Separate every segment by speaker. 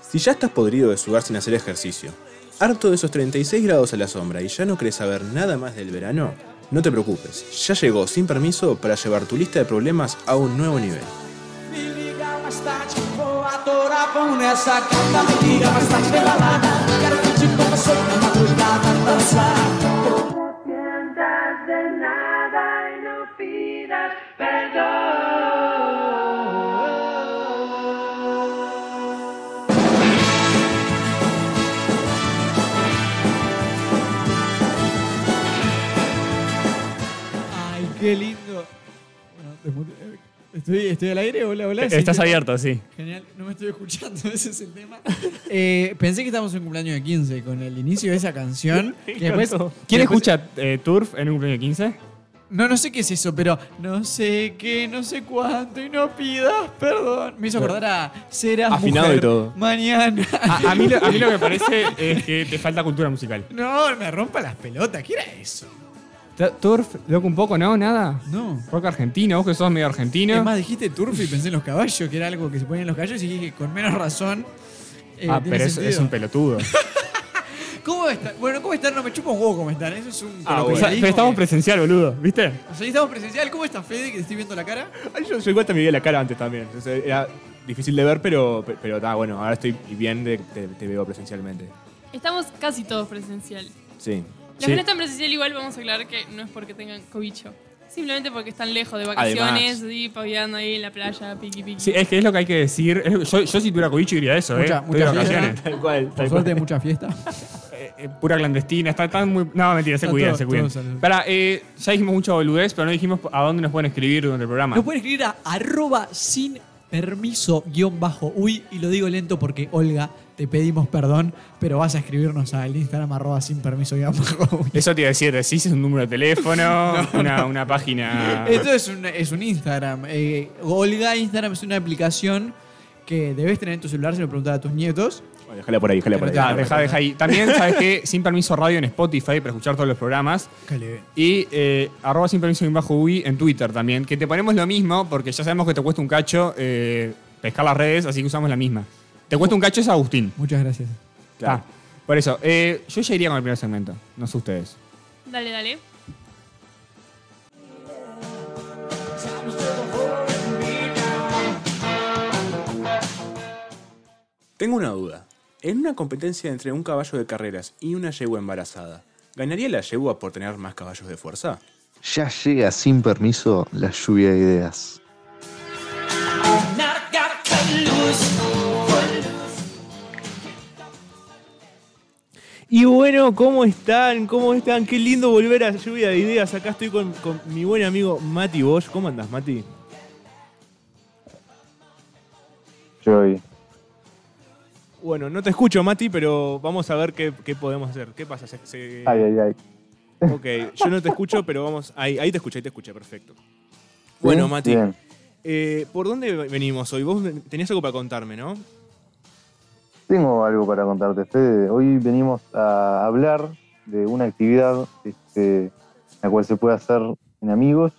Speaker 1: Si ya estás podrido de sudar sin hacer ejercicio, harto de esos 36 grados a la sombra y ya no querés saber nada más del verano, no te preocupes, ya llegó sin permiso para llevar tu lista de problemas a un nuevo nivel.
Speaker 2: Me liga oh, mais tarde, vou adorar, vão nessa carta. Me liga mais tarde, vem balada. Quero curtir com você na madrugada, dançar.
Speaker 3: arrepientas de nada y no pidas perdón.
Speaker 4: Ay, qué lindo. Bueno, desmute- eh, Estoy, estoy al aire, hola, hola. sí,
Speaker 5: Estás
Speaker 4: estoy-
Speaker 5: abierto, sí.
Speaker 4: Genial, no me estoy escuchando, ese es el tema. Eh, pensé que estábamos en un cumpleaños de 15 con el inicio de esa canción. que después,
Speaker 5: ¿Quién
Speaker 4: después-
Speaker 5: escucha eh, Turf en un cumpleaños de 15?
Speaker 4: No, no sé qué es eso, pero no sé qué, no sé cuánto y no pidas perdón. Me hizo acordar a Serás
Speaker 1: Afinado
Speaker 4: mujer
Speaker 1: y todo.
Speaker 4: Mañana.
Speaker 5: A, a mí, lo- a mí lo que me parece es que te falta cultura musical.
Speaker 4: No, me rompa las pelotas, ¿qué era eso?
Speaker 5: Turf, loco, un poco, ¿no? Nada.
Speaker 4: No.
Speaker 5: Rock argentino, vos que sos medio argentino.
Speaker 4: Es más, dijiste turf y pensé en los caballos, que era algo que se ponían en los caballos y dije, con menos razón. eh,
Speaker 5: ah,
Speaker 4: tiene
Speaker 5: pero es,
Speaker 4: sentido.
Speaker 5: es un pelotudo.
Speaker 4: ¿Cómo están? Bueno, ¿cómo están? No me chupa un huevo cómo están. Eso es un
Speaker 5: O sea,
Speaker 4: colombianismo
Speaker 5: pero estamos
Speaker 4: que-
Speaker 5: presencial, boludo, ¿viste?
Speaker 4: O sea, estamos presencial. ¿Cómo está Fede? Que te estoy viendo la cara.
Speaker 1: Yo, yo igual también vi la cara antes también, entonces era difícil de ver, pero pero, está bueno, ahora estoy bien de que te, te veo presencialmente.
Speaker 6: Estamos casi todos presencial.
Speaker 1: Sí.
Speaker 6: Los
Speaker 5: Sí.
Speaker 6: que no están presencial igual vamos a aclarar que no es porque tengan cobicho. Simplemente porque están lejos de vacaciones,
Speaker 1: Además.
Speaker 6: y paviando ahí en la playa, piqui piqui.
Speaker 5: Sí, es que es lo que hay que decir. Es lo que- yo, yo si tuviera cobicho diría eso,
Speaker 4: Mucha-
Speaker 5: ¿eh? Estoy de
Speaker 4: mucha
Speaker 5: vacaciones.
Speaker 1: Tal cual, tal cual.
Speaker 4: suerte, mucha fiesta.
Speaker 5: Eh, eh, pura clandestina, está tan muy. No, mentira, se
Speaker 4: Está
Speaker 5: cuidan,
Speaker 4: todo-
Speaker 5: se cuidan.
Speaker 4: todo salud.
Speaker 5: Pará, eh, ya dijimos mucha boludez, pero no dijimos a dónde nos pueden escribir durante el programa.
Speaker 4: Nos pueden escribir a arroba sin permiso guión bajo uy. Y lo digo lento porque, Olga, te pedimos perdón, pero vas a escribirnos al Instagram arroba sin permiso guión bajo uy.
Speaker 5: Eso te iba a decir, decís un número de teléfono, una, una página.
Speaker 4: Esto es un, es un Instagram. Eh, Olga, Instagram es una aplicación que debes tener en tu celular si lo preguntas a tus nietos.
Speaker 1: Bueno, déjala por ahí, déjala por ahí.
Speaker 5: Ah, dejá, dejá ahí. También, ¿sabes qué? Sin permiso radio en Spotify para escuchar todos los programas. Y eh, arroba sin permiso y bajo UI en Twitter también. Que te ponemos lo mismo porque ya sabemos que te cuesta un cacho eh, pescar las redes, así que usamos la misma. Te cuesta un cacho es Agustín.
Speaker 4: Muchas gracias.
Speaker 1: Claro.
Speaker 5: Ah, por eso, eh, yo ya iría con el primer segmento, no sé ustedes.
Speaker 6: Dale, dale.
Speaker 1: Tengo una duda. En una competencia entre un caballo de carreras y una yegua embarazada, ¿ganaría la yegua por tener más caballos de fuerza?
Speaker 7: Ya llega sin permiso la lluvia de ideas.
Speaker 2: Not gotta cut loose.
Speaker 8: Y bueno, ¿cómo están? ¿Cómo están? Qué lindo volver a Lluvia de Ideas. Acá estoy con, con mi buen amigo Mati Bosch. ¿Cómo andás, Mati?
Speaker 9: Joy.
Speaker 8: Bueno, no te escucho, Mati, pero vamos a ver qué, qué podemos hacer. ¿Qué pasa? Se- se-
Speaker 9: Ay, ay, ay.
Speaker 8: Ok, yo no te escucho, pero vamos. Ahí, ahí te escuché, ahí te escuché, perfecto. Bueno,
Speaker 9: ¿Sí?
Speaker 8: Mati,
Speaker 9: Bien.
Speaker 8: eh, ¿por dónde venimos hoy? Vos tenías algo para contarme, ¿no?
Speaker 9: Tengo algo para contarte, Fede. Hoy venimos a hablar de una actividad este, la cual se puede hacer en amigos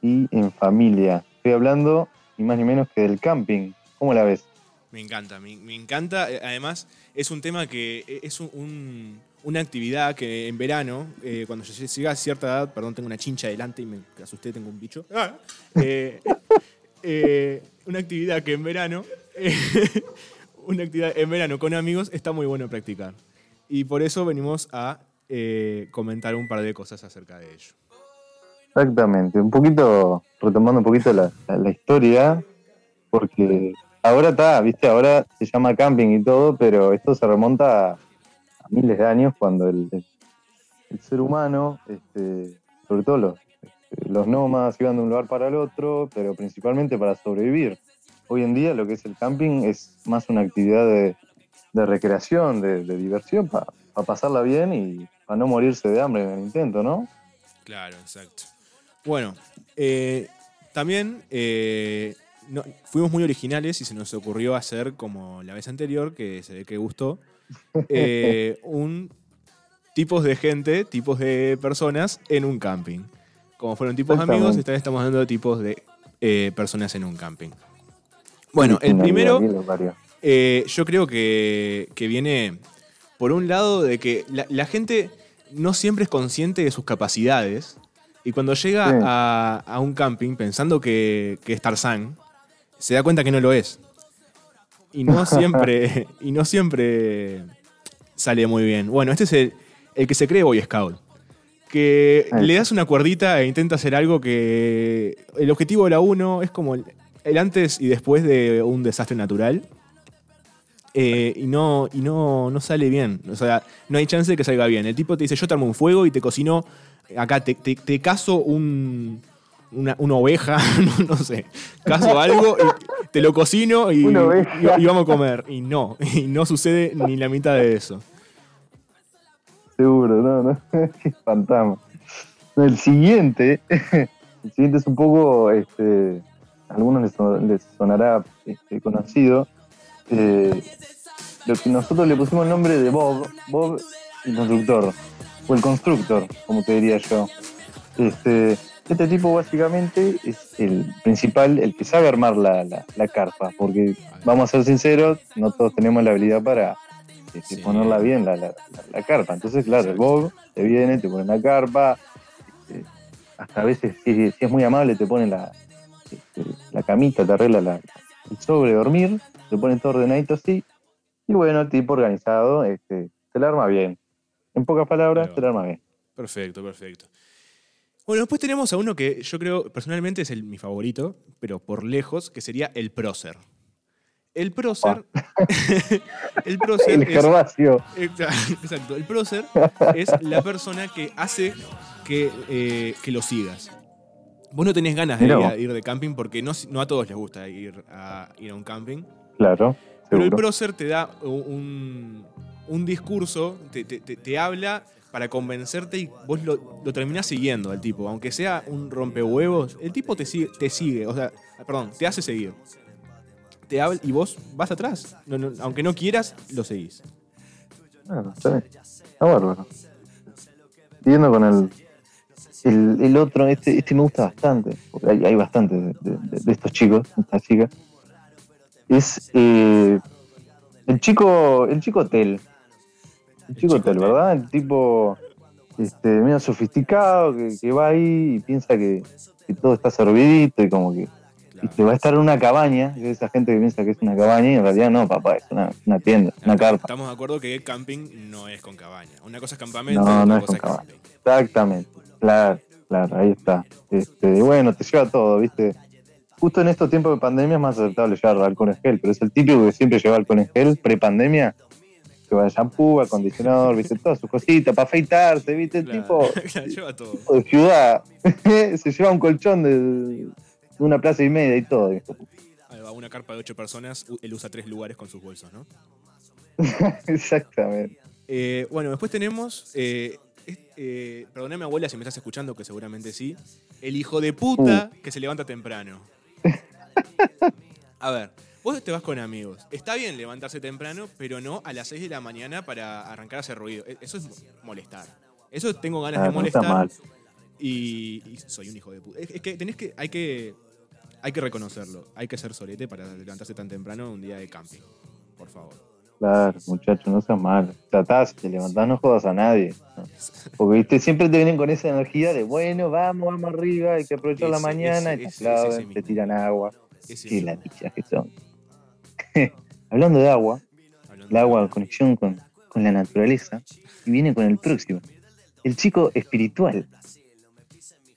Speaker 9: y en familia. Estoy hablando ni más ni menos que del camping. ¿Cómo la ves?
Speaker 8: Me encanta, me, me encanta. Eh, Además, es un tema que eh, es un- un- una actividad que en verano, eh, cuando yo llega a cierta edad, perdón, tengo una chincha adelante y me asusté, tengo un bicho. Ah, eh, eh, una actividad que en verano, eh, una actividad en verano con amigos está muy bueno practicar. Y por eso venimos a eh, comentar un par de cosas acerca de ello.
Speaker 9: Exactamente. Un poquito, retomando un poquito la, la- la historia, porque ahora está, viste, ahora se llama camping y todo, pero esto se remonta a, a miles de años cuando el, el- el ser humano, este, sobre todo los, este, los nómadas, iban de un lugar para el otro, pero principalmente para sobrevivir. Hoy en día lo que es el camping es más una actividad de, de recreación, de, de diversión, para pasarla bien y para no morirse de hambre en el intento, ¿no?
Speaker 8: Claro, exacto. Bueno, eh, también eh, no- fuimos muy originales y se nos ocurrió hacer, como la vez anterior, que se ve que gustó, eh, un tipos de gente, tipos de personas en un camping. Como fueron tipos de amigos,
Speaker 9: Exactamente.
Speaker 8: esta vez estamos dando tipos de eh, personas en un camping. Bueno,
Speaker 9: Sí,
Speaker 8: el
Speaker 9: no,
Speaker 8: primero,
Speaker 9: mira, mira, varios.
Speaker 8: Eh, yo creo que, que viene por un lado de que la, la gente no siempre es consciente de sus capacidades y cuando llega
Speaker 9: Sí.
Speaker 8: a, a un camping pensando que, que es Tarzán, se da cuenta que no lo es. Y no siempre, y no siempre sale muy bien. Bueno, este es el, el que se cree Boy Scout. Que
Speaker 9: Ahí
Speaker 8: le das una cuerdita e intenta hacer algo que. El objetivo era uno, es como el, el antes y después de un desastre natural. Eh, y no, y no, no sale bien. O sea, no hay chance de que salga bien. El tipo te dice, yo te armo un fuego y te cocino. Acá te, te, te caso un, una, una oveja, no, no sé. Caso algo, y te lo cocino y,
Speaker 9: Una oveja.
Speaker 8: y- y vamos a comer. Y no, y no sucede ni la mitad de eso.
Speaker 9: Seguro, no, no. Qué fantasma. No, El siguiente, el siguiente es un poco, este, a algunos les, son- les sonará este, conocido. Eh, lo que nosotros le pusimos el nombre de Bob, Bob el constructor, o el constructor, como te diría yo. Este, este tipo básicamente es el principal, el que sabe armar la, la- la carpa, porque vamos a ser sinceros, no todos tenemos la habilidad para este,
Speaker 8: Sí.
Speaker 9: ponerla bien la, la- la- la carpa. Entonces, claro, el Bob te viene, te pone la carpa, este, hasta a veces, si, si es muy amable, te pone la, este, la camita, te arregla la, el sobre dormir, te pone todo ordenadito así, y bueno, el tipo organizado, este, se la arma bien. En pocas palabras,
Speaker 8: Ahí va.
Speaker 9: se la arma bien.
Speaker 8: Perfecto, perfecto. Bueno, después tenemos a uno que yo creo personalmente es el, mi favorito, pero por lejos, que sería el prócer. El prócer. el prócer.
Speaker 9: El
Speaker 8: es-
Speaker 9: Gervasio.
Speaker 8: Exacto. El prócer es la persona que hace que, eh, que lo sigas. Vos no tenés ganas de ir
Speaker 9: Mirá
Speaker 8: a-
Speaker 9: vos.
Speaker 8: ir de camping porque no, no a todos les gusta ir a, ir a un camping.
Speaker 9: Claro,
Speaker 8: Pero el
Speaker 9: seguro.
Speaker 8: prócer te da un, un discurso, te, te- te- te habla para convencerte y vos lo, lo terminás siguiendo al tipo. Aunque sea un rompehuevos, el tipo te sigue, te sigue, o sea, perdón, te hace seguir. Te habla y vos vas atrás. No- no- aunque no quieras, lo seguís.
Speaker 9: Ah, está bien. Está bárbaro. Siguiendo con el, el, el otro, este, este me gusta bastante. porque Hay, hay bastante de, de- de estos chicos, de estas chicas. Es eh, el chico, el chico Tel. El chico Tel, ¿verdad? El tipo este, medio sofisticado que, que va ahí y piensa que, que todo está servidito y como que y que va a estar en una cabaña, que esa gente que piensa que es una cabaña y en realidad no, papá, es una, una tienda, una carpa.
Speaker 8: Estamos de acuerdo que camping no es con cabaña. Una cosa es campamento,
Speaker 9: No,
Speaker 8: otra
Speaker 9: no es
Speaker 8: cosa es
Speaker 9: con
Speaker 8: camping.
Speaker 9: Exactamente, claro, claro, ahí está. Este, y bueno, te lleva todo, ¿viste? Justo en estos tiempos de pandemia es más aceptable llevar alcohol en gel, pero es el típico que siempre lleva alcohol en gel pre-pandemia, que va shampoo, acondicionador, ¿viste? Todas sus cositas para afeitarse, ¿viste? El
Speaker 8: Claro,
Speaker 9: tipo,
Speaker 8: claro, lleva todo.
Speaker 9: tipo de ciudad se lleva un colchón de, de una plaza y media y todo, ¿viste?
Speaker 8: Ahí va, una carpa de ocho personas, u- él usa tres lugares con sus bolsos, ¿no?
Speaker 9: Exactamente.
Speaker 8: Eh, bueno, después tenemos. Eh, es- eh, perdóname, abuela, si me estás escuchando, que seguramente sí. El hijo de puta
Speaker 9: Uh.
Speaker 8: que se levanta temprano. A ver, vos te vas con amigos. Está bien levantarse temprano, pero no a las 6 de la mañana para arrancar a hacer ruido. E- Eso es mo- molestar. Eso tengo ganas
Speaker 9: Ah,
Speaker 8: de
Speaker 9: no está
Speaker 8: molestar.
Speaker 9: mal.
Speaker 8: Y, y soy un hijo de puta. Es, es que tenés que. Hay que. Hay que reconocerlo. Hay que ser solete para levantarse tan temprano un día de camping. Por favor.
Speaker 9: Claro, muchacho, no seas malo. Tratás, te levantás, no jodas a nadie. ¿no? Porque viste, siempre te vienen con esa energía de bueno, vamos, vamos arriba, hay que aprovechar la
Speaker 8: Ese,
Speaker 9: mañana,
Speaker 8: ese,
Speaker 9: y
Speaker 8: ese,
Speaker 9: te
Speaker 8: ese, ese
Speaker 9: aplauden, te
Speaker 8: mismo.
Speaker 9: tiran agua.
Speaker 8: Ese
Speaker 9: Qué
Speaker 8: es-
Speaker 9: ladillas que son. Hablando de agua,
Speaker 8: hablando
Speaker 9: el
Speaker 8: de-
Speaker 9: agua en conexión con, con la naturaleza, y viene con el próximo. El chico espiritual.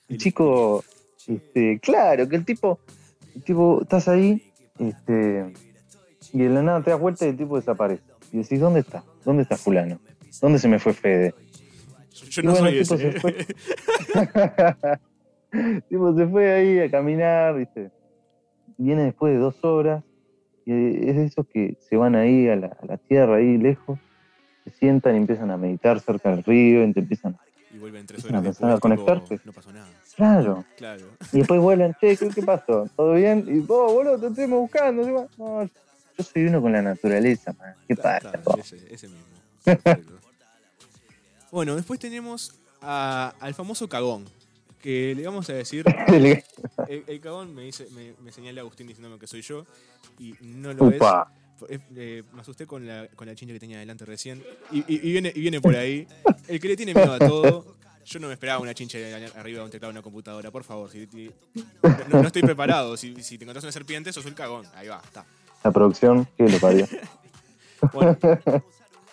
Speaker 9: El chico, este, claro, que el tipo, el tipo, estás ahí, este, y de la nada te das vuelta y el tipo desaparece. Y decís, ¿dónde está? ¿Dónde está fulano? ¿Dónde se me fue Fede?
Speaker 8: Yo, yo no
Speaker 9: Y bueno,
Speaker 8: soy
Speaker 9: el tipo
Speaker 8: ese.
Speaker 9: se fue. El tipo se fue ahí a caminar, ¿viste? Viene después de dos horas. Y es de esos que se van ahí a la, a la tierra, ahí lejos. Se sientan y empiezan a meditar cerca del río. Y te empiezan.
Speaker 8: Y vuelven tres
Speaker 9: Es
Speaker 8: horas
Speaker 9: una
Speaker 8: después.
Speaker 9: persona
Speaker 8: tipo,
Speaker 9: conectarte.
Speaker 8: No pasó nada.
Speaker 9: Claro.
Speaker 8: Claro.
Speaker 9: Y después vuelan, che, ¿qué, qué pasó? ¿Todo bien? Y vos, boludo, te estuvimos buscando. ¿sí? No, yo soy uno con la naturaleza, man. ¿Qué
Speaker 8: Ta-
Speaker 9: pasa?
Speaker 8: ta,
Speaker 9: po?
Speaker 8: ese, ese mismo. Perfecto. bueno, después tenemos a- al famoso cagón. Que le vamos a decir. El, el cagón me, dice, me, me señala Agustín diciéndome que soy yo. Y no lo
Speaker 9: Upa.
Speaker 8: Eh, eh, me asusté con la, con la chincha que tenía delante recién. Y, y- y viene, y viene por ahí. El que le tiene miedo a todo. Yo no me esperaba una chincha arriba de un teclado de una computadora, por favor. si- si- no, no estoy preparado. Si, si te encontrás una serpiente, sos un cagón. Ahí va, está.
Speaker 9: La producción, que lo parió.
Speaker 8: Bueno,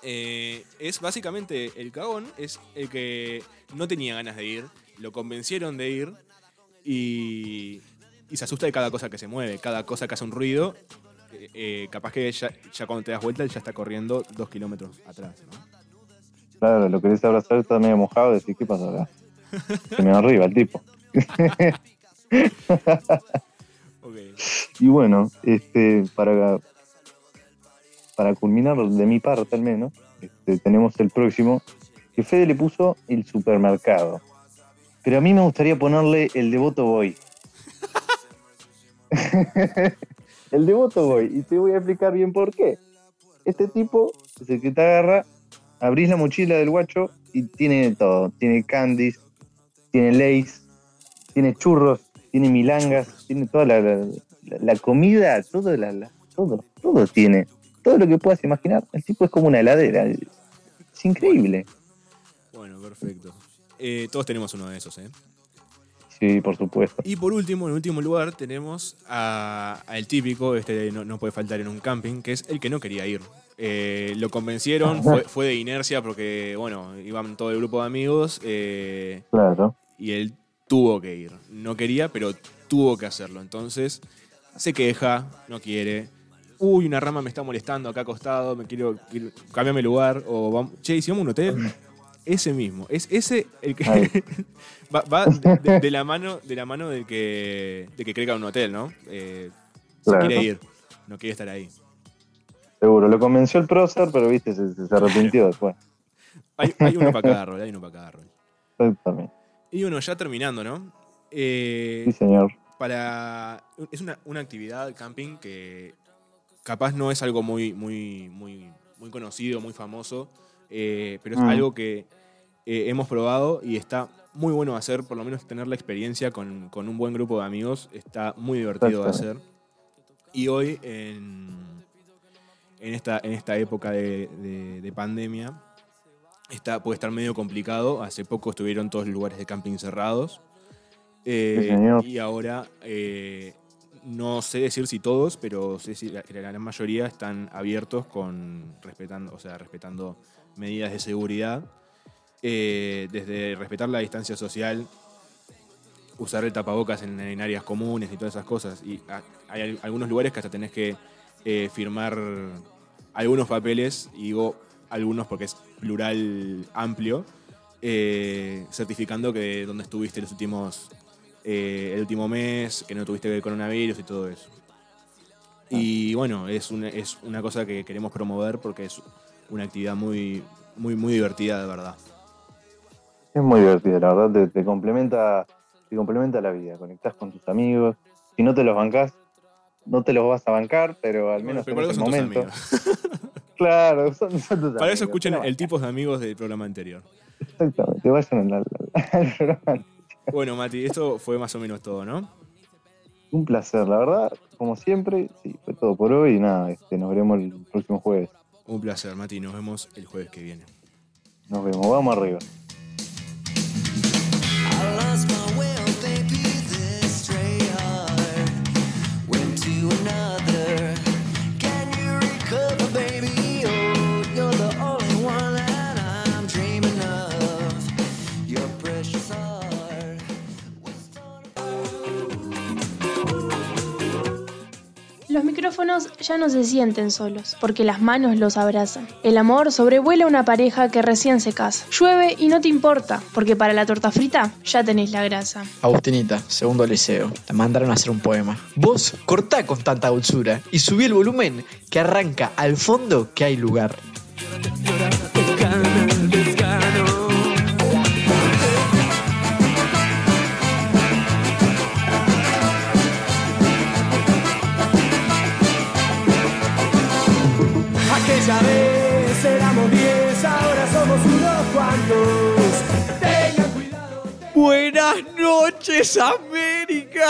Speaker 8: eh, es básicamente el cagón, es el que no tenía ganas de ir, lo convencieron de ir y, y se asusta de cada cosa que se mueve, cada cosa que hace un ruido. eh, eh, capaz que ya, ya cuando te das vuelta, él ya está corriendo dos kilómetros atrás. ¿no?
Speaker 9: Claro, lo querés abrazar, está medio mojado, decís, ¿qué pasa acá? Se me arriba el tipo.
Speaker 8: Ok.
Speaker 9: Y bueno, este, para, para culminar de mi parte al menos, este, tenemos el próximo, que Fede le puso el supermercado. Pero a mí me gustaría ponerle el devoto boy. el devoto boy, y te voy a explicar bien por qué. Este tipo es el que te agarra, abrís la mochila del guacho y tiene de todo. Tiene candies, tiene lays, tiene churros, tiene milangas, tiene toda la, la- la- la comida, todo, la, la- todo, todo tiene. Todo lo que puedas imaginar. El tipo es como una heladera. Es increíble.
Speaker 8: Bueno, perfecto. Eh, todos tenemos uno de esos, ¿eh?
Speaker 9: Sí, por supuesto.
Speaker 8: Y por último, en último lugar, tenemos a- al típico, este no, no puede faltar en un camping, que es el que no quería ir. Eh, lo convencieron, fue, fue de inercia porque, bueno, iban todo el grupo de amigos eh,
Speaker 9: Claro.
Speaker 8: y él tuvo que ir. No quería, pero tuvo que hacerlo. Entonces, se queja, no quiere. Uy, una rama me está molestando acá acostado, me quiero, quiero cambiarme lugar. O vamos, che, ¿y si vamos a un hotel. Ese mismo, es ese el
Speaker 9: Ahí.
Speaker 8: que va, va de, de- de la mano, de la mano del que, de que cree que va a un hotel, ¿no? Eh, se
Speaker 9: Claro.
Speaker 8: quiere ir, no quiere estar ahí.
Speaker 9: Seguro. Lo convenció el prócer, pero viste, se, se- se arrepintió después.
Speaker 8: Hay, hay uno para cada rol, hay uno para cada rol.
Speaker 9: Exactamente.
Speaker 8: Y uno ya terminando, ¿no? Eh,
Speaker 9: Sí, señor.
Speaker 8: para es una, una actividad camping que capaz no es algo muy muy muy muy conocido muy famoso eh, pero es
Speaker 9: Mm.
Speaker 8: algo que eh, hemos probado y está muy bueno hacer por lo menos tener la experiencia con, con un buen grupo de amigos está muy divertido de hacer
Speaker 9: Exactamente.
Speaker 8: y hoy en, en esta en esta época de, de- de pandemia está puede estar medio complicado hace poco estuvieron todos los lugares de camping cerrados Eh,
Speaker 9: Sí, señor.
Speaker 8: y ahora eh, no sé decir si todos, pero sé si la, la gran mayoría están abiertos con respetando, o sea, respetando medidas de seguridad, eh, desde respetar la distancia social, usar el tapabocas en, en áreas comunes y todas esas cosas. Y a- hay al- algunos lugares que hasta tenés que eh, firmar algunos papeles, y digo algunos porque es plural amplio, eh, certificando que donde estuviste los últimos eh, el último mes, que no tuviste el coronavirus y todo eso. Y bueno, es una, es una cosa que queremos promover porque es una actividad muy, muy, muy divertida de verdad.
Speaker 9: Es muy divertido, la verdad. Te, te complementa te complementa la vida. Conectás con tus amigos. Si no te los bancás, no te los vas a bancar, pero al menos
Speaker 8: Pero
Speaker 9: en
Speaker 8: para eso
Speaker 9: ese
Speaker 8: son tus
Speaker 9: momento.
Speaker 8: amigos.
Speaker 9: Claro, son, son tus
Speaker 8: Para eso
Speaker 9: amigos,
Speaker 8: escuchen
Speaker 9: pero
Speaker 8: el tipos de amigos del programa anterior.
Speaker 9: Exactamente, vayan al, al- al programa.
Speaker 8: Bueno, Mati, esto fue más o menos todo, ¿no?
Speaker 9: Un placer, la verdad, como siempre, sí, fue todo por hoy y nada, este, nos veremos el próximo jueves.
Speaker 8: Un placer, Mati. Nos vemos el jueves que viene.
Speaker 9: Nos vemos, vamos arriba.
Speaker 2: I lost my way on baby this stray heart Went to another Can you recover baby Oh you're the only one that I'm dreaming of Your precious heart
Speaker 10: Los micrófonos ya no se sienten solos, porque las manos los abrazan. El amor sobrevuela a una pareja que recién se casa. Llueve y no te importa, porque para la torta frita ya tenés la grasa.
Speaker 11: Agustinita, segundo liceo. La mandaron a hacer un poema. Vos cortá con tanta dulzura y subí el volumen que arranca al fondo que hay lugar.
Speaker 2: Aquella vez éramos diez Ahora somos unos cuantos Tengan cuidado
Speaker 4: Buenas Buenas noches, América.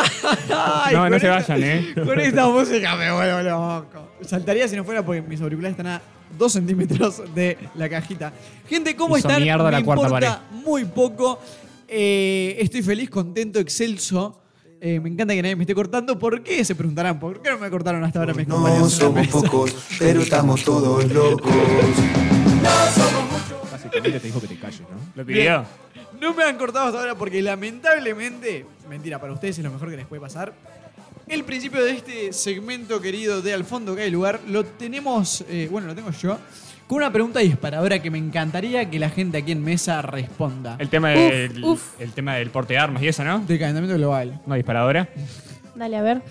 Speaker 4: Ay,
Speaker 5: no, no
Speaker 4: con
Speaker 5: se
Speaker 4: esta-
Speaker 5: vayan, ¿eh?
Speaker 4: Con esta música me vuelvo loco. Saltaría si no fuera porque mis auriculares están a dos centímetros de la cajita. Gente, ¿cómo
Speaker 5: Hizo
Speaker 4: están?
Speaker 5: mierda
Speaker 4: me
Speaker 5: la cuarta
Speaker 4: importa muy poco. Eh, estoy feliz, contento, excelso. Eh, me encanta que nadie me esté cortando. ¿Por qué? Se preguntarán. ¿Por qué no me cortaron hasta ahora mis compañeros?
Speaker 12: No somos pocos, pero estamos todos locos.
Speaker 8: Básicamente te dijo que te calles, ¿no?
Speaker 5: Lo
Speaker 4: pidió. No me han cortado hasta ahora porque lamentablemente, mentira, para ustedes es lo mejor que les puede pasar. El principio de este segmento querido de Al fondo que hay lugar lo tenemos, eh, bueno, lo tengo yo, con una pregunta disparadora que me encantaría que la gente aquí en mesa responda.
Speaker 5: El tema, del, el tema del porte de armas y eso, ¿no?
Speaker 4: De calentamiento global.
Speaker 5: No disparadora.
Speaker 10: Dale, a ver.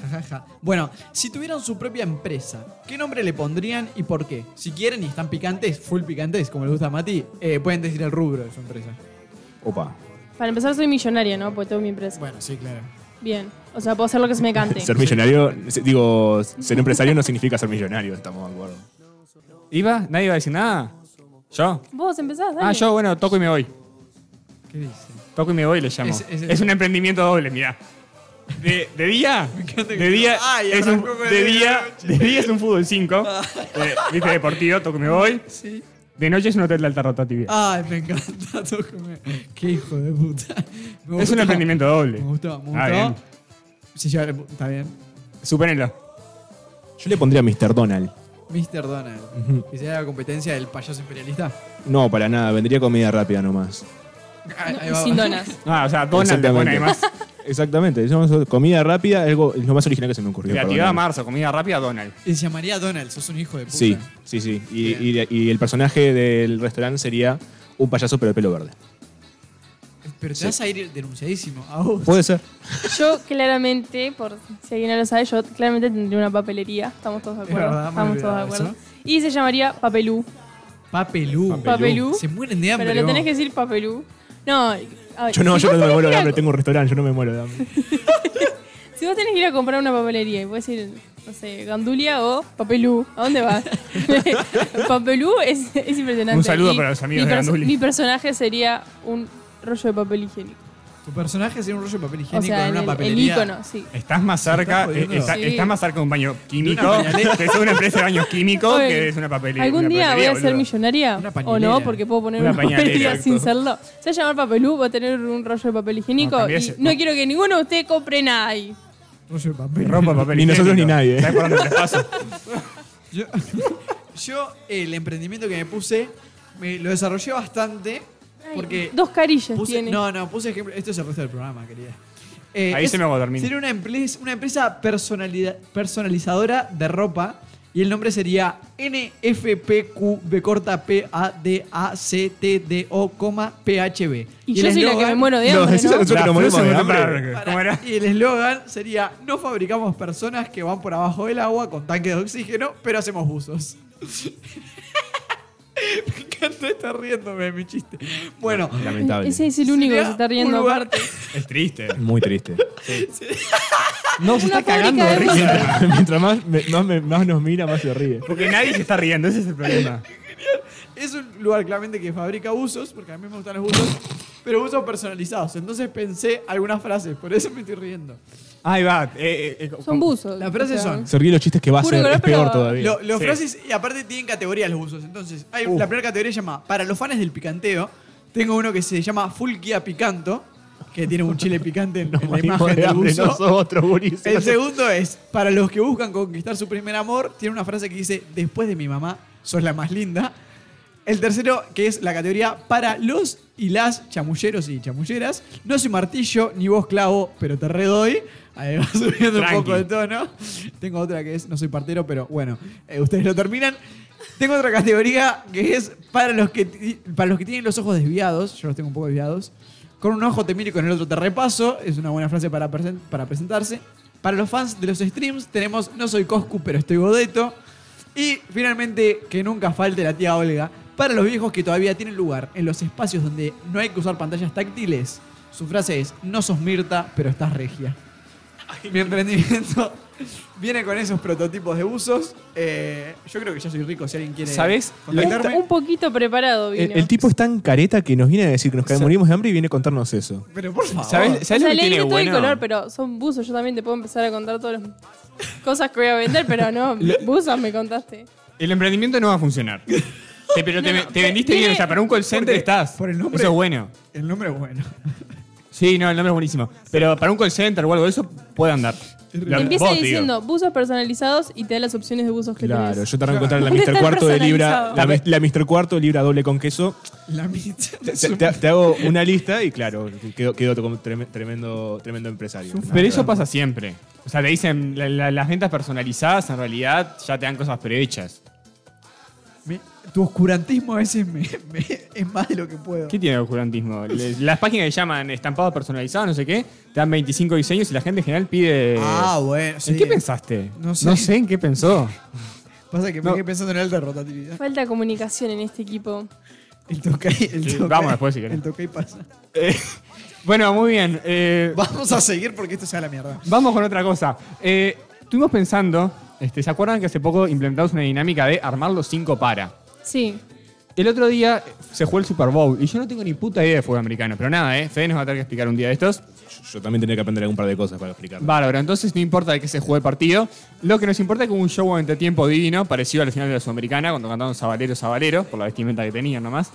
Speaker 4: Bueno, si tuvieran su propia empresa, ¿qué nombre le pondrían y por qué? Si quieren y están picantes, full picantes, como le gusta a Mati, eh, pueden decir el rubro de su empresa.
Speaker 8: Opa.
Speaker 6: Para empezar, soy millonaria, ¿no? Porque tengo mi empresa.
Speaker 4: Bueno, sí, claro.
Speaker 6: Bien. O sea, puedo hacer lo que se me cante.
Speaker 8: Ser millonario, se- digo, ser empresario no significa ser millonario, estamos de acuerdo.
Speaker 5: ¿Iba? ¿Nadie iba a decir nada? ¿Yo?
Speaker 6: Vos empezás, dale.
Speaker 5: Ah, yo, bueno, toco y me voy.
Speaker 4: ¿Qué dice?
Speaker 5: Toco y me voy, le llamo.
Speaker 4: Es-
Speaker 5: Es,
Speaker 4: es-
Speaker 5: un emprendimiento doble, mirá. De, de día, de día,
Speaker 4: Ay,
Speaker 5: es un,
Speaker 4: arrancó con el
Speaker 5: de,
Speaker 4: día de Ah.
Speaker 5: día de día es un fútbol 5. Viste, deportivo, toco y me voy.
Speaker 4: Sí.
Speaker 5: De noche es un hotel de alta rotativa.
Speaker 4: Ay, me encanta todo como- Qué hijo de puta. Me
Speaker 5: es un
Speaker 4: gustó.
Speaker 5: emprendimiento doble.
Speaker 4: Me gustó, me
Speaker 5: Ah,
Speaker 4: gustó.
Speaker 5: bien.
Speaker 4: Sí, ya- está bien. Ah.
Speaker 5: Supérenlo.
Speaker 8: Yo le pondría Mr. Donald.
Speaker 4: Mr. Donald. ¿Y sería la competencia del payaso imperialista?
Speaker 8: No, para nada, vendría comida rápida nomás.
Speaker 4: Ah, ahí
Speaker 6: y
Speaker 4: va.
Speaker 6: sin donas.
Speaker 5: Ah, o sea, Donald, bueno, además.
Speaker 8: Exactamente, eso- comida rápida es algo- es lo más original que se me ocurrió.
Speaker 5: Creatividad
Speaker 8: perdóname.
Speaker 5: marzo, comida rápida, Donald.
Speaker 4: Y se llamaría Donald, sos un hijo de puta.
Speaker 8: Sí, sí, sí. Y, y- y el personaje del restaurante sería un payaso pero de pelo verde.
Speaker 4: Pero te
Speaker 8: Sí.
Speaker 4: vas a ir denunciadísimo. A vos.
Speaker 8: Puede ser.
Speaker 6: Yo claramente, por si alguien no lo sabe, yo claramente tendría una papelería. Estamos todos de
Speaker 4: Es
Speaker 6: acuerdo.
Speaker 4: verdad, me
Speaker 6: Estamos todos de
Speaker 4: olvidaba
Speaker 6: acuerdo.
Speaker 4: eso.
Speaker 6: Y se llamaría Papelú.
Speaker 4: Papelú.
Speaker 6: Papelú.
Speaker 4: Se mueren de hambre.
Speaker 6: Pero le
Speaker 4: vos.
Speaker 6: tenés que decir Papelú. No, a ver,
Speaker 8: Yo no,
Speaker 6: si
Speaker 8: yo no me
Speaker 6: vos tenés
Speaker 8: muero
Speaker 6: que
Speaker 8: de
Speaker 6: ir a-
Speaker 8: hambre, tengo un restaurante, yo no me muero de hambre.
Speaker 6: Si vos tenés que ir a comprar una papelería y puedes ir, no sé, Gandulia o Papelú, ¿a dónde vas? papelú es, es impresionante.
Speaker 5: Un saludo
Speaker 6: Y
Speaker 5: para los amigos
Speaker 6: mi
Speaker 5: de
Speaker 6: perso-
Speaker 5: Gandulia.
Speaker 6: Mi personaje sería un rollo de papel higiénico.
Speaker 4: Tu personaje sería un rollo de papel higiénico
Speaker 6: o sea,
Speaker 4: en
Speaker 6: el,
Speaker 4: una
Speaker 6: el
Speaker 4: papelería.
Speaker 6: ícono, sí.
Speaker 5: Estás más cerca,
Speaker 4: ¿Me
Speaker 5: eh,
Speaker 4: estás
Speaker 5: está-
Speaker 6: jodiendo?
Speaker 5: estás más cerca de un baño químico,
Speaker 4: pañalera.
Speaker 5: que es una empresa de baños químicos,
Speaker 6: Oye,
Speaker 5: que es una papelera.
Speaker 6: Algún
Speaker 5: una
Speaker 6: día voy
Speaker 5: papelería,
Speaker 6: a ser
Speaker 5: boludo.
Speaker 6: millonaria o
Speaker 5: pañalera.
Speaker 6: no, porque puedo poner
Speaker 5: Una
Speaker 6: una,
Speaker 5: pañalera,
Speaker 6: papelería
Speaker 5: exacto.
Speaker 6: sin serlo. Se va a llamar papelú, va a tener un rollo de papel higiénico
Speaker 5: No,
Speaker 6: y
Speaker 5: cambiás el-
Speaker 6: no quiero que ninguno de ustedes compre nada ahí.
Speaker 4: Rollo de papel.
Speaker 5: Rompa papel
Speaker 8: Ni nosotros ni
Speaker 5: higiénico.
Speaker 8: nadie, eh.
Speaker 5: ¿Sabes por dónde te paso?
Speaker 4: Yo, el emprendimiento que me puse, me lo desarrollé bastante. Porque
Speaker 6: Dos carillas
Speaker 4: puse-
Speaker 6: tiene.
Speaker 4: No, no, puse ejemplo. Esto es el resto del programa, querida. Eh,
Speaker 5: Ahí
Speaker 4: es-
Speaker 5: se me hago dormir.
Speaker 4: Sería una empresa, una empresa personalida- personalizadora de ropa y el nombre sería NFPQB corta P A D A C T D O, coma, PHB.
Speaker 6: Y
Speaker 4: el
Speaker 6: yo soy la que
Speaker 4: eslogan-
Speaker 6: me muero de hambre, ¿no?
Speaker 8: nosotros que nos morimos de hambre.
Speaker 4: Pará, Y el eslogan sería: No fabricamos personas que van por abajo del agua con tanques de oxígeno, pero hacemos buzos. Me encanta estar riéndome de mi chiste. Bueno,
Speaker 8: Lamentable.
Speaker 6: Ese es el único que se está riendo
Speaker 4: lugar-
Speaker 6: aparte.
Speaker 5: Es triste.
Speaker 8: Muy triste.
Speaker 5: No,
Speaker 6: se Una está fábrica cagando de de risa.
Speaker 8: Mientras, mientras más, me- más me- más nos mira, más se ríe.
Speaker 5: Porque nadie se está riendo, ese es el problema.
Speaker 4: es un lugar claramente que fabrica buzos, porque a mí me gustan los buzos, pero buzos personalizados. Entonces pensé algunas frases, por eso me estoy riendo.
Speaker 5: Ahí va. eh,
Speaker 6: Son buzos.
Speaker 4: Las frases
Speaker 6: o sea.
Speaker 4: son.
Speaker 8: Se ríe los chistes que va a
Speaker 6: Puro
Speaker 8: hacer,
Speaker 6: color,
Speaker 8: es peor
Speaker 6: pero-
Speaker 8: todavía.
Speaker 4: Lo- los
Speaker 8: Sí.
Speaker 4: frases, y aparte tienen categorías los buzos. Entonces, hay, la primera categoría se llama Para los fans del picanteo, tengo uno que se llama Fulquia Picanto, que tiene un chile picante en, en la
Speaker 8: Morimos
Speaker 4: imagen
Speaker 8: de
Speaker 4: del
Speaker 8: hambre,
Speaker 4: buzo.
Speaker 8: no sos otro, buenísimo.
Speaker 4: El segundo es, para los que buscan conquistar su primer amor, tiene una frase que dice, después de mi mamá, sos la más linda. El tercero, que es la categoría para los y las chamulleros y chamulleras. No soy martillo ni vos clavo, pero te redoy. Ahí va subiendo
Speaker 5: Tranqui.
Speaker 4: un poco de tono. Tengo otra que es, no soy partero, pero bueno, eh, ustedes lo terminan. Tengo otra categoría que es para los que, ti- para los que tienen los ojos desviados. Yo los tengo un poco desviados. Con un ojo te miro y con el otro te repaso. Es una buena frase para, presen- para presentarse. Para los fans de los streams tenemos No soy Coscu, pero estoy Godeto. Y finalmente, que nunca falte la tía Olga. Para los viejos que todavía tienen lugar en los espacios donde no hay que usar pantallas táctiles, su frase es No sos Mirta, pero estás regia. Mi emprendimiento Viene con esos prototipos de usos. Eh, yo creo que ya soy rico si alguien quiere.
Speaker 5: ¿Sabes?
Speaker 4: contactarme.
Speaker 6: Un poquito preparado vino.
Speaker 1: El, el tipo es tan careta que nos viene a decir que nos cae- morimos de hambre y viene a contarnos eso.
Speaker 4: Pero por favor.
Speaker 6: O sea, leí que todo el color, pero son buzos. Yo también te puedo empezar a contar todas las cosas que voy a vender, pero no,
Speaker 5: Lo-
Speaker 6: buzos me contaste.
Speaker 5: El emprendimiento no va a funcionar. Te- pero te, te vendiste bien, o sea, para un call center estás. Eso es bueno.
Speaker 4: El nombre es bueno.
Speaker 5: Sí, no, el nombre es buenísimo. Pero para un call center o algo de eso puede andar. Lo-
Speaker 6: Empieza
Speaker 5: vos, digo.
Speaker 6: diciendo buzos personalizados y te da las opciones de buzos que
Speaker 1: Claro,
Speaker 6: tenés.
Speaker 1: yo te voy a encontrar la Mr.
Speaker 6: Está
Speaker 1: Cuarto de libra,
Speaker 6: personalizado.
Speaker 1: la, mi- la Mr. Cuarto libra doble con queso.
Speaker 4: La
Speaker 1: Te, te- te hago una lista y claro, quedo, quedo como trem- tremendo, tremendo empresario.
Speaker 5: Pero eso pasa siempre. O sea, te dicen la- la- las ventas personalizadas en realidad ya te dan cosas prehechas.
Speaker 4: Me- tu oscurantismo a veces me- me- es más de lo que puedo.
Speaker 5: ¿Qué tiene el oscurantismo? Le- Las páginas que llaman estampados personalizados, no sé qué, te dan 25 diseños y la gente en general pide.
Speaker 4: Ah, bueno, sí.
Speaker 5: ¿En qué pensaste?
Speaker 4: No sé.
Speaker 5: en qué pensó.
Speaker 4: Pasa que me
Speaker 5: No.
Speaker 4: quedé pensando en alta rotatividad.
Speaker 6: Falta comunicación en este equipo.
Speaker 4: El toque, el toque,
Speaker 5: Vamos después si querés.
Speaker 4: El toque y pasa.
Speaker 5: Bueno, muy bien. eh,
Speaker 4: Vamos a seguir porque esto se va a la mierda.
Speaker 5: Vamos con otra cosa. Eh, estuvimos pensando, este, ¿se acuerdan que hace poco implementamos una dinámica de armar los cinco para?
Speaker 6: Sí.
Speaker 5: El otro día se jugó el Super Bowl y yo no tengo ni puta idea de fútbol americano, pero nada, ¿eh? Fede nos va a tener que explicar un día de estos.
Speaker 1: Yo también tendría que aprender algún par de cosas para explicarlo.
Speaker 5: Bárbaro, entonces no importa de qué se juegue el partido. Lo que nos importa es que hubo un show entre tiempo divino, parecido al final de la Sudamericana, cuando cantaron Sabalero, Sabalero, por la vestimenta que tenían nomás.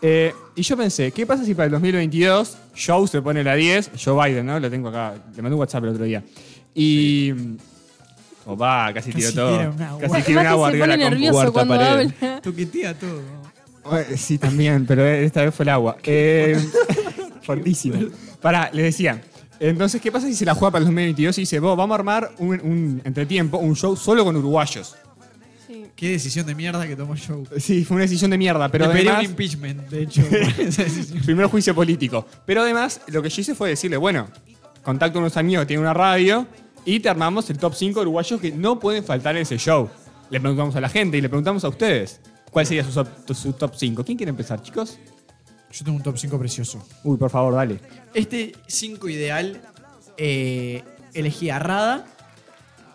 Speaker 5: Eh, y yo pensé, ¿qué pasa si para el 2022 Joe se pone la 10? Joe Biden, ¿no? Lo tengo acá, le mandé un WhatsApp el otro día. Y. Opa, casi tiró
Speaker 4: Casi
Speaker 5: todo.
Speaker 4: tira un agua.
Speaker 5: Casi tiró un
Speaker 4: Mati
Speaker 5: agua
Speaker 4: se
Speaker 5: arriba de la
Speaker 4: pone
Speaker 5: compu. Cuarta
Speaker 4: nervioso cuando
Speaker 5: pared.
Speaker 4: Toquetea todo.
Speaker 5: Eh, Sí, también, pero esta vez fue el agua. Eh, fortísimo. Pará, les decía. Entonces, ¿qué pasa si se la juega para el 2022 y dice, vos, vamos a armar un, un entretiempo, un show solo con uruguayos?
Speaker 4: Qué decisión de mierda que tomó Joe.
Speaker 5: Sí, fue una decisión de mierda, pero
Speaker 4: Le pedí
Speaker 5: además...
Speaker 4: un impeachment, de hecho.
Speaker 5: Primero juicio político. Pero además, lo que yo hice fue decirle, bueno, contacto a unos amigos que tienen una radio y te armamos el top 5 uruguayos que no pueden faltar en ese show. Le preguntamos a la gente y le preguntamos a ustedes cuál sería su, top- su top 5. ¿Quién quiere empezar, chicos?
Speaker 4: Yo tengo un top 5 precioso.
Speaker 5: Uy, por favor, dale.
Speaker 4: Este 5 ideal eh, elegí a Rada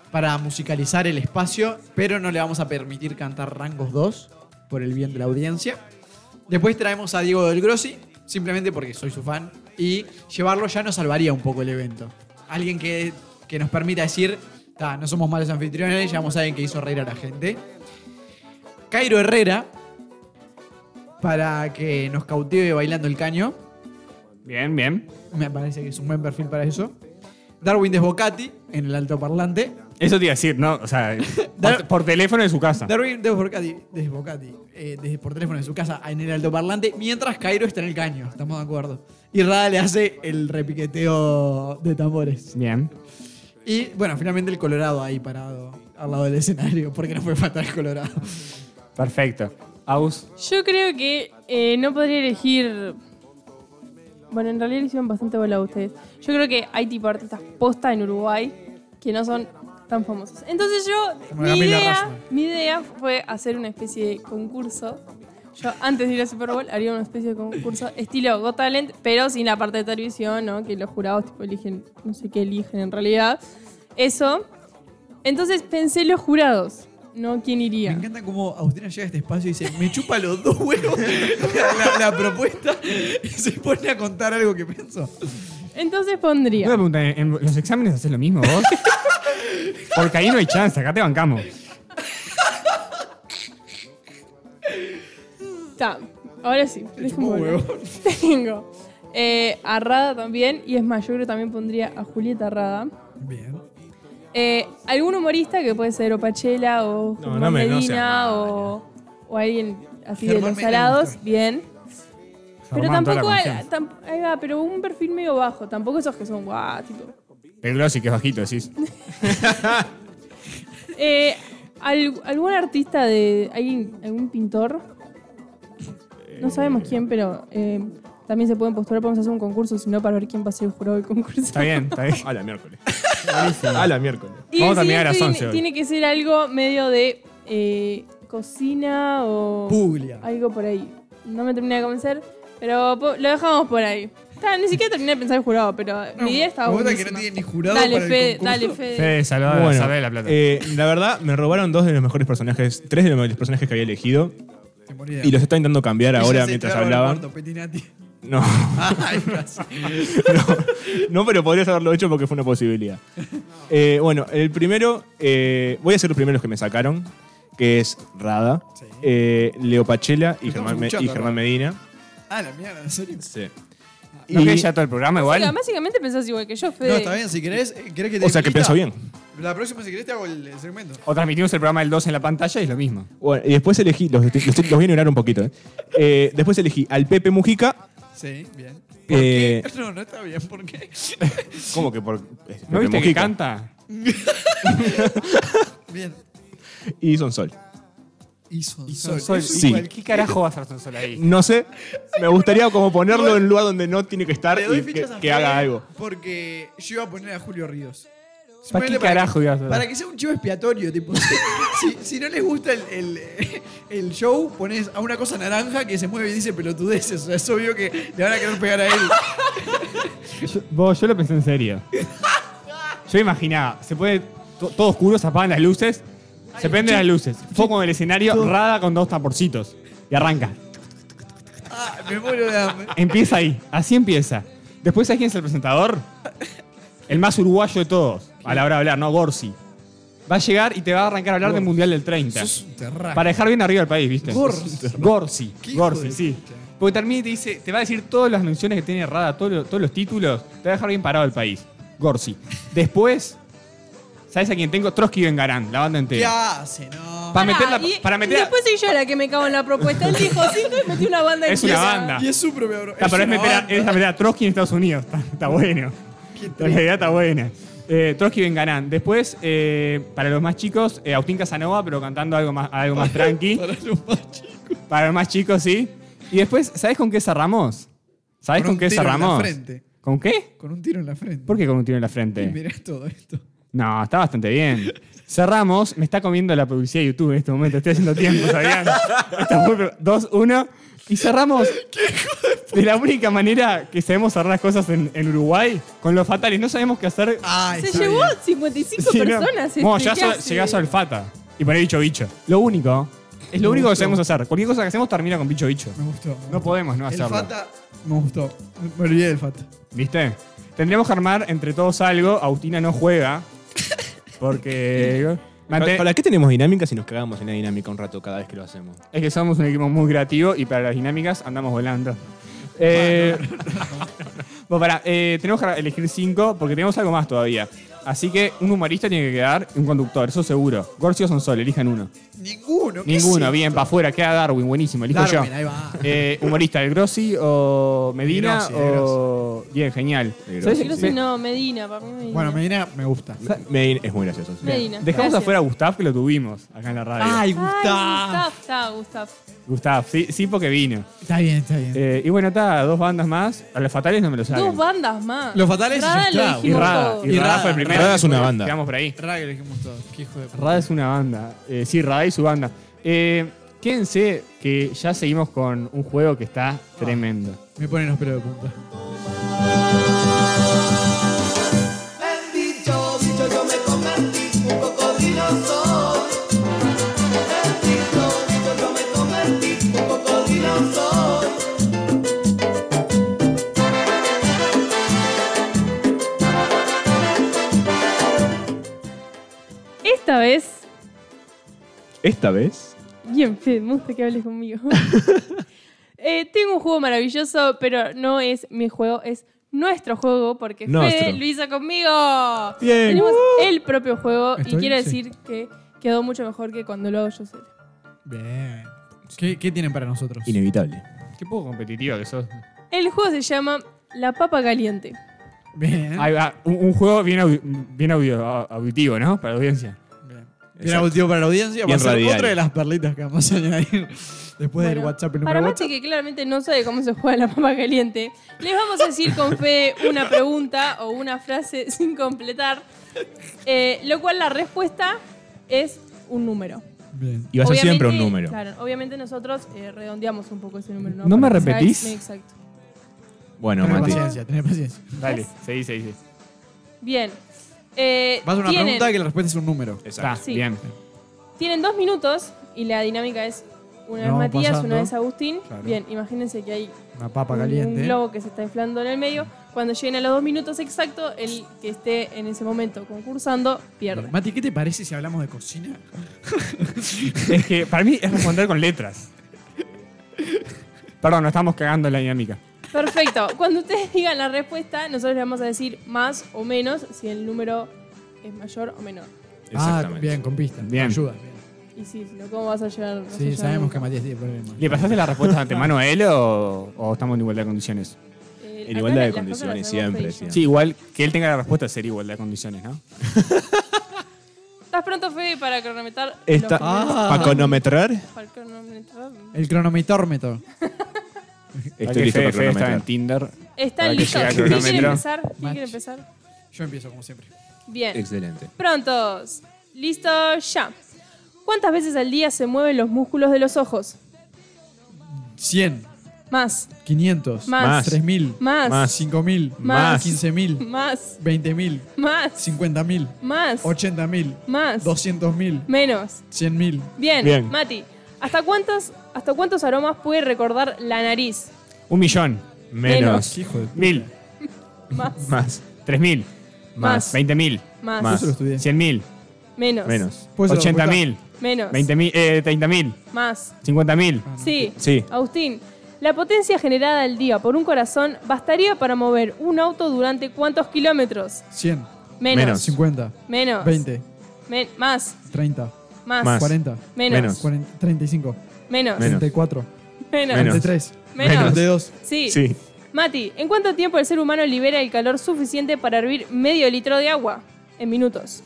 Speaker 4: para musicalizar el espacio, pero no le vamos a permitir cantar rangos 2 por el bien de la audiencia. Después traemos a Diego del Grossi, simplemente porque soy su fan, y llevarlo ya nos salvaría un poco el evento. Alguien que, que nos permita decir, "Ta, no somos malos anfitriones, llevamos a alguien que hizo reír a la gente. Cairo Herrera, para que nos cautive bailando el caño.
Speaker 5: Bien, bien.
Speaker 4: Me parece que es un buen perfil para eso. Darwin Desbocati en el altoparlante.
Speaker 5: Eso te iba a decir, ¿no? O sea, por, por teléfono de su casa.
Speaker 4: Darwin Desbocati, Desbocati eh, desde por teléfono en su casa en el altoparlante, mientras Cairo está en el caño, estamos de acuerdo. Y Rada le hace el repiqueteo de tambores.
Speaker 5: Bien.
Speaker 4: Y bueno, finalmente el Colorado ahí parado al lado del escenario, porque no fue fatal el Colorado.
Speaker 5: Perfecto. Aus.
Speaker 6: Yo creo que eh, no podría elegir. Bueno, en realidad le hicieron bastante bola a ustedes. Yo creo que hay tipo artistas posta en Uruguay que no son tan famosos. Entonces yo,
Speaker 4: Como
Speaker 6: mi
Speaker 4: Gabriela
Speaker 6: idea,
Speaker 4: Rosman.
Speaker 6: mi idea fue hacer una especie de concurso. Yo antes de ir al Super Bowl haría una especie de concurso estilo Got Talent, pero sin la parte de televisión, ¿no? Que los jurados tipo eligen, no sé qué eligen en realidad. Eso. Entonces pensé los jurados, no quién iría.
Speaker 4: Me encanta cómo Agustina llega a este espacio y dice, me chupa los dos huevos la, la- la propuesta y se pone a contar algo que pensó.
Speaker 6: Entonces pondría.
Speaker 5: Una pregunta, ¿en- ¿en los exámenes haces lo mismo vos? Porque ahí no hay chance, acá te bancamos.
Speaker 6: Ta, ahora sí. déjame
Speaker 5: chupó
Speaker 6: volver. Tengo eh, a Rada también, y es más, yo creo que también pondría a Julieta Rada.
Speaker 4: Bien.
Speaker 6: Eh, algún humorista que puede ser o Pachela o
Speaker 1: No,
Speaker 6: Germán
Speaker 1: no me- no
Speaker 6: Medina o, o alguien así
Speaker 4: Germán
Speaker 6: de
Speaker 4: Medina
Speaker 6: los
Speaker 4: me
Speaker 6: salados, bien. Pero
Speaker 5: Germán, toda la
Speaker 6: tampoco hay,
Speaker 5: confianza.
Speaker 6: tam- ahí va, pero un perfil medio bajo, tampoco esos que son guau, tipo.
Speaker 5: El glossy que es bajito, decís.
Speaker 6: Eh, al- algún artista de. alguien- algún pintor. No sabemos quién, pero eh, también se pueden postular, podemos hacer un concurso, si no, para ver quién va a ser el jurado del concurso.
Speaker 5: Está bien, está bien.
Speaker 1: A la miércoles. A la miércoles.
Speaker 6: Y
Speaker 5: Vamos a
Speaker 6: el
Speaker 5: terminar a las
Speaker 6: siguiente
Speaker 5: 11 hoy.
Speaker 6: Tiene, tiene que ser algo medio de eh, cocina o
Speaker 4: Puglia.
Speaker 6: algo por ahí. No me terminé de convencer, pero po- lo dejamos por ahí. Ta, ni siquiera terminé de pensar el jurado, pero mi idea estaba
Speaker 4: me
Speaker 6: buena.
Speaker 4: gusta que no tiene ni jurado
Speaker 6: Dale,
Speaker 4: para el
Speaker 6: Fede,
Speaker 4: concurso.
Speaker 6: dale, Fede.
Speaker 8: Fede,
Speaker 5: salvá- salvá de la plata.
Speaker 1: eh,
Speaker 8: eh, la verdad, me robaron dos de los mejores personajes, tres de los mejores personajes que había elegido.
Speaker 4: moría.
Speaker 8: Y los está intentando cambiar
Speaker 4: Ella
Speaker 8: ahora
Speaker 4: se
Speaker 8: mientras
Speaker 4: clava al
Speaker 8: hablaba.
Speaker 4: muerto, Pettinati.
Speaker 8: No.
Speaker 4: Ay, casi.
Speaker 8: No, pero podrías haberlo hecho porque fue una posibilidad. Eh, bueno, el primero, eh, voy a hacer los primeros que me sacaron, que es Rada, eh, Leo Pachela y Germán, Me- y
Speaker 4: escuchando,
Speaker 8: Germán Medina.
Speaker 4: Ah, la mierda, en serio.
Speaker 8: Sí.
Speaker 5: ¿No querés ya todo el programa
Speaker 6: Oiga, básicamente pensás igual que yo, Fede.
Speaker 4: No, está bien, si querés, eh, ¿querés que te
Speaker 5: O sea, que
Speaker 4: invita?
Speaker 5: pienso bien.
Speaker 4: La próxima, si querés, te hago el el segmento.
Speaker 5: O transmitimos el programa del 2 en la pantalla y es lo mismo.
Speaker 8: Bueno, y después elegí, los, estoy- los estoy- los voy a ignorar un poquito. eh. Eh, después elegí al Pepe Mujica.
Speaker 4: Sí, bien.
Speaker 8: eh,
Speaker 4: No, no está bien, ¿por qué?
Speaker 8: ¿Cómo que por eh, Pepe
Speaker 5: ¿No viste que
Speaker 8: Mujica.
Speaker 5: canta?
Speaker 4: Bien.
Speaker 8: Y Sonsol.
Speaker 4: Y son
Speaker 5: Y
Speaker 4: sol.
Speaker 5: Sonsol,
Speaker 8: Sí.
Speaker 5: igual, ¿Qué carajo va a hacer Sonsol ahí?
Speaker 8: No sé, me gustaría como ponerlo en un lugar donde no tiene que estar
Speaker 4: Le doy
Speaker 8: y que,
Speaker 4: fichas a
Speaker 8: que
Speaker 4: Fede
Speaker 8: haga algo.
Speaker 4: Porque yo iba a poner a Julio Ríos.
Speaker 5: ¿Para
Speaker 4: Ponele
Speaker 5: qué carajo ibas a
Speaker 4: Para que sea un chivo expiatorio, tipo. si, si- si no les gusta el, el- el show, pones a una cosa naranja que se mueve y dice pelotudeces. O sea, es obvio que le van a querer pegar a él.
Speaker 5: Yo, vos, yo lo pensé en serio. Yo imaginaba, se pone to- todo oscuro, se apagan las luces, se prenden las luces, foco en el escenario, rada con dos tamborcitos y arranca.
Speaker 4: Ah, me muero de hambre.
Speaker 5: Empieza ahí, así empieza. Después, ¿sabes quién es el presentador? El más uruguayo de todos, a la hora de hablar, ¿no? Gorsi. Va a llegar y te va a arrancar a hablar del Mundial del 30.
Speaker 4: Sos un terraco.
Speaker 5: Para dejar bien arriba el país, ¿viste?
Speaker 4: Gorsi.
Speaker 5: Gorsi.
Speaker 4: Qué hijo
Speaker 5: Gorsi,
Speaker 4: de
Speaker 5: sí. Porque termina y te dice, te va a decir todas las menciones que tiene Rada, todos los, todos los títulos, te va a dejar bien parado el país. Gorsi. Después, ¿sabes a quién tengo? Trotsky y Vengarán, la banda
Speaker 4: ¿Qué
Speaker 5: entera.
Speaker 4: hace,
Speaker 5: Para
Speaker 4: no?
Speaker 6: Pará,
Speaker 5: meter la-
Speaker 6: y-
Speaker 5: para meter
Speaker 6: y
Speaker 5: la-
Speaker 6: después soy yo la que me cago en la propuesta. Él dijo cinco y metí una banda
Speaker 5: Es una
Speaker 6: entera.
Speaker 5: banda.
Speaker 4: Y es su propio bro.
Speaker 5: Ah, pero es
Speaker 4: una
Speaker 5: meter, a,
Speaker 4: banda.
Speaker 5: es meter a Trotsky en Estados Unidos. Está, está bueno.
Speaker 4: Qué
Speaker 5: La
Speaker 4: triste.
Speaker 5: idea está buena. Eh, Trotsky Vengarán. Después, eh, para los más chicos, eh, Agustín Casanova, pero cantando algo más, algo más tranqui.
Speaker 4: Para los más chicos.
Speaker 5: Para los más chicos, sí. Y después, ¿sabes con qué cerramos? ¿Sabes con,
Speaker 4: un
Speaker 5: qué
Speaker 4: tiro en la
Speaker 5: cerramos?
Speaker 4: frente.
Speaker 5: ¿Con qué?
Speaker 4: Con un tiro en la frente.
Speaker 5: ¿Por qué con un tiro en la
Speaker 4: Y
Speaker 5: frente?
Speaker 4: mirás todo esto.
Speaker 5: No, está bastante bien. Cerramos. Me está comiendo la publicidad de YouTube en este momento. Estoy haciendo tiempo, ¿sabían? Está muy pro- Dos, uno. Y cerramos de la única manera que sabemos cerrar las cosas en, en Uruguay, con los fatales. No sabemos qué hacer.
Speaker 4: Ay,
Speaker 6: Se
Speaker 4: está
Speaker 6: llevó
Speaker 4: bien.
Speaker 6: 55
Speaker 5: Sí, no.
Speaker 6: personas.
Speaker 5: Bueno,
Speaker 6: este,
Speaker 5: ya
Speaker 6: ¿qué
Speaker 5: so-
Speaker 6: hace?
Speaker 5: llegás al Fata. Y por ahí bicho bicho. Lo único. Es lo único que
Speaker 4: gustó.
Speaker 5: sabemos hacer. Cualquier cosa que hacemos termina con bicho bicho.
Speaker 4: Me gustó. me
Speaker 5: No
Speaker 4: gustó.
Speaker 5: podemos no
Speaker 4: El
Speaker 5: hacerlo.
Speaker 4: Fata me gustó. Me- Me olvidé del Fata.
Speaker 5: ¿Viste? Tendríamos que armar entre todos algo. Agustina no juega. Porque.
Speaker 8: ¿Para,
Speaker 5: Mante-
Speaker 8: para qué tenemos dinámica si nos cagamos en la dinámica un rato cada vez que lo hacemos?
Speaker 5: Es que somos un equipo muy creativo y para las dinámicas andamos volando. Eh, bueno, pará, eh, tenemos que elegir cinco porque tenemos algo más todavía. Así que un humorista tiene que quedar y un conductor, eso seguro. Gorcio o Sonsol, elijan uno.
Speaker 4: Ninguno. ¿qué
Speaker 5: Ninguno,
Speaker 4: es
Speaker 5: bien, para afuera, queda Darwin, buenísimo, elijo
Speaker 4: Darwin,
Speaker 5: yo.
Speaker 4: ahí va.
Speaker 5: Eh, humorista, el Grossi o Medina
Speaker 4: El Grossi, el
Speaker 5: o. Bien, genial.
Speaker 8: El
Speaker 5: ¿Sabes?
Speaker 8: Grossi,
Speaker 6: Creo que no, Medina, para mí Medina.
Speaker 4: Bueno, Medina me gusta.
Speaker 8: Medin es muy gracioso. sí.
Speaker 6: Medina.
Speaker 5: Dejamos
Speaker 6: Gracias.
Speaker 5: afuera a Gustav, que lo tuvimos acá en la radio.
Speaker 4: Ay,
Speaker 6: Ay,
Speaker 4: Gustav.
Speaker 6: Gustav, está, Gustav.
Speaker 5: Gustav, sí, sí, porque vino.
Speaker 4: Está bien, está bien.
Speaker 5: Eh, y bueno, está, dos bandas más. A los fatales no me lo saben.
Speaker 6: Dos bandas más.
Speaker 4: Los Fatales y
Speaker 6: Rada
Speaker 4: Yostrava.
Speaker 6: lo
Speaker 5: Y
Speaker 6: dijimos
Speaker 5: Rada.
Speaker 6: todo.
Speaker 5: Y Rada fue el primero.
Speaker 8: Rada es una banda.
Speaker 5: Quedamos por ahí.
Speaker 4: Rara que lo dijimos todos. Qué hijo de puta.
Speaker 5: Rada es una banda. Eh, sí, Rada y su banda. Eh, quédense que ya seguimos con un juego que está
Speaker 4: Ah.
Speaker 5: tremendo.
Speaker 4: Me ponen los pelos de punta.
Speaker 2: Bendito, dicho yo me convertí, un cocodrilo soy. Bendito, dicho yo me convertí, un cocodrilo soy.
Speaker 6: Esta vez,
Speaker 8: Esta vez.
Speaker 6: bien, Fede, me gusta que hables conmigo. Eh, tengo un juego maravilloso, pero no es mi juego, es nuestro juego, porque Fede
Speaker 8: Nuestro.
Speaker 6: lo hizo conmigo.
Speaker 8: Bien.
Speaker 6: Tenemos el propio juego y
Speaker 4: Uh. Estoy-
Speaker 6: quiero
Speaker 4: sí.
Speaker 6: decir que quedó mucho mejor que cuando lo hago yo sola.
Speaker 4: Bien. ¿Qué, qué tienen para nosotros?
Speaker 8: Inevitable.
Speaker 5: Qué poco competitiva que sos.
Speaker 6: El juego se llama La Papa Caliente.
Speaker 4: Bien.
Speaker 5: Ahí va, un, un juego bien, au- bien audio- au- auditivo, ¿no? Para la audiencia.
Speaker 4: Bien. Bien
Speaker 8: Exacto.
Speaker 4: auditivo para la audiencia. Va a
Speaker 8: Bien
Speaker 4: ser
Speaker 8: radial.
Speaker 4: otra de las perlitas que vamos a añadir después del
Speaker 6: Bueno,
Speaker 4: WhatsApp. El número
Speaker 6: Para
Speaker 4: de
Speaker 6: Mati,
Speaker 4: WhatsApp.
Speaker 6: que claramente no sabe cómo se juega la papa caliente, les vamos a decir con fe una pregunta o una frase sin completar, eh, lo cual la respuesta es un número.
Speaker 4: Bien.
Speaker 8: Y va a ser
Speaker 6: Obviamente-
Speaker 8: siempre un número.
Speaker 6: Claro, obviamente nosotros eh, redondeamos un poco ese número.
Speaker 5: ¿No me
Speaker 6: Para que sea
Speaker 5: repetís?
Speaker 6: ex- Exacto.
Speaker 1: Bueno,
Speaker 4: Tener
Speaker 1: Mati.
Speaker 4: paciencia, tener paciencia.
Speaker 5: Dale, seguí, seguí. seguí.
Speaker 6: Bien. Eh,
Speaker 4: Vas a una
Speaker 6: tienen-
Speaker 4: pregunta que la respuesta es un número.
Speaker 5: Exacto.
Speaker 6: Sí.
Speaker 5: Bien.
Speaker 6: Tienen dos minutos y la dinámica es una vez
Speaker 4: No,
Speaker 6: Matías,
Speaker 4: pasando.
Speaker 6: una vez Agustín.
Speaker 4: Claro.
Speaker 6: Bien, imagínense que hay
Speaker 4: Una papa
Speaker 6: un
Speaker 4: caliente.
Speaker 6: globo que se está inflando en el medio. Cuando lleguen a los dos minutos exactos, el que esté en ese momento concursando pierde.
Speaker 4: Mati, ¿qué te parece si hablamos de cocina?
Speaker 5: Es que para mí es responder con letras. Perdón, nos estamos cagando en la dinámica.
Speaker 6: Perfecto. Cuando ustedes digan la respuesta, nosotros le vamos a decir más o menos si el número es mayor o menor.
Speaker 4: Ah, bien, con pistas. Bien. Ayuda.
Speaker 6: Y sí, si no, ¿cómo vas a llegar? No
Speaker 4: Sí,
Speaker 6: sé,
Speaker 4: sabemos
Speaker 6: ya-
Speaker 4: que Matías tiene problemas.
Speaker 5: ¿Le pasaste las respuestas de antemano a él o, o estamos en igualdad de condiciones?
Speaker 6: Eh,
Speaker 1: En igualdad de condiciones siempre.
Speaker 5: Sí, igual que él tenga la respuesta sería igualdad de condiciones, ¿no?
Speaker 6: ¿Estás pronto, Fede, para cronometrar?
Speaker 1: Está-
Speaker 6: los primeros-
Speaker 1: Ah. ¿Para cronometrar?
Speaker 6: Para cronometrar.
Speaker 4: El cronometrómetro.
Speaker 1: Estoy listo para
Speaker 5: está en
Speaker 1: cronometrar.
Speaker 5: Tinder.
Speaker 6: ¿Están listos? ¿Quién quiere empezar? ¿Quién quiere empezar?
Speaker 4: Yo empiezo como siempre.
Speaker 6: Bien.
Speaker 1: Excelente.
Speaker 6: Prontos. Listo, ya. ¿Cuántas veces al día se mueven los músculos de los ojos?
Speaker 4: 100,
Speaker 6: Más,
Speaker 4: 500,
Speaker 6: Más. Más.
Speaker 4: 3000,
Speaker 6: Más. Más.
Speaker 4: 5000,
Speaker 6: Más.
Speaker 4: 15000,
Speaker 6: más,
Speaker 4: 20000,
Speaker 6: más,
Speaker 4: 50000,
Speaker 6: más,
Speaker 4: 80000,
Speaker 6: más,
Speaker 4: 200000,
Speaker 6: menos.
Speaker 4: 100000.
Speaker 6: Bien. Mati, ¿hasta cuántos, ¿hasta cuántos aromas puede recordar la nariz?
Speaker 5: Un millón.
Speaker 6: Menos.
Speaker 4: Hijo de
Speaker 5: Mil.
Speaker 6: Más,
Speaker 5: Más. Tres mil.
Speaker 6: Más.
Speaker 5: Veinte mil.
Speaker 6: Más. Yo se lo
Speaker 5: Cien mil.
Speaker 6: menos,
Speaker 4: Puede ser
Speaker 5: Ochenta
Speaker 4: la
Speaker 5: mil.
Speaker 4: respuesta.
Speaker 6: menos,
Speaker 5: Veinte mil. Eh, treinta mil.
Speaker 6: más.
Speaker 5: Cincuenta mil.
Speaker 6: Sí.
Speaker 5: Sí.
Speaker 6: Agustín, la potencia generada al día por un corazón bastaría para mover un auto durante cuántos kilómetros?
Speaker 4: 100,
Speaker 6: Menos.
Speaker 4: 50,
Speaker 6: Menos.
Speaker 4: 20,
Speaker 6: Men- más.
Speaker 4: 30,
Speaker 6: Más.
Speaker 4: 40,
Speaker 6: Menos. Menos.
Speaker 4: 40, 35,
Speaker 6: Menos.
Speaker 4: 34,
Speaker 6: Menos.
Speaker 4: 33,
Speaker 6: Menos.
Speaker 4: 32.
Speaker 6: Sí. Mati, ¿en cuánto tiempo el ser humano libera el calor suficiente para hervir medio litro de agua? En minutos.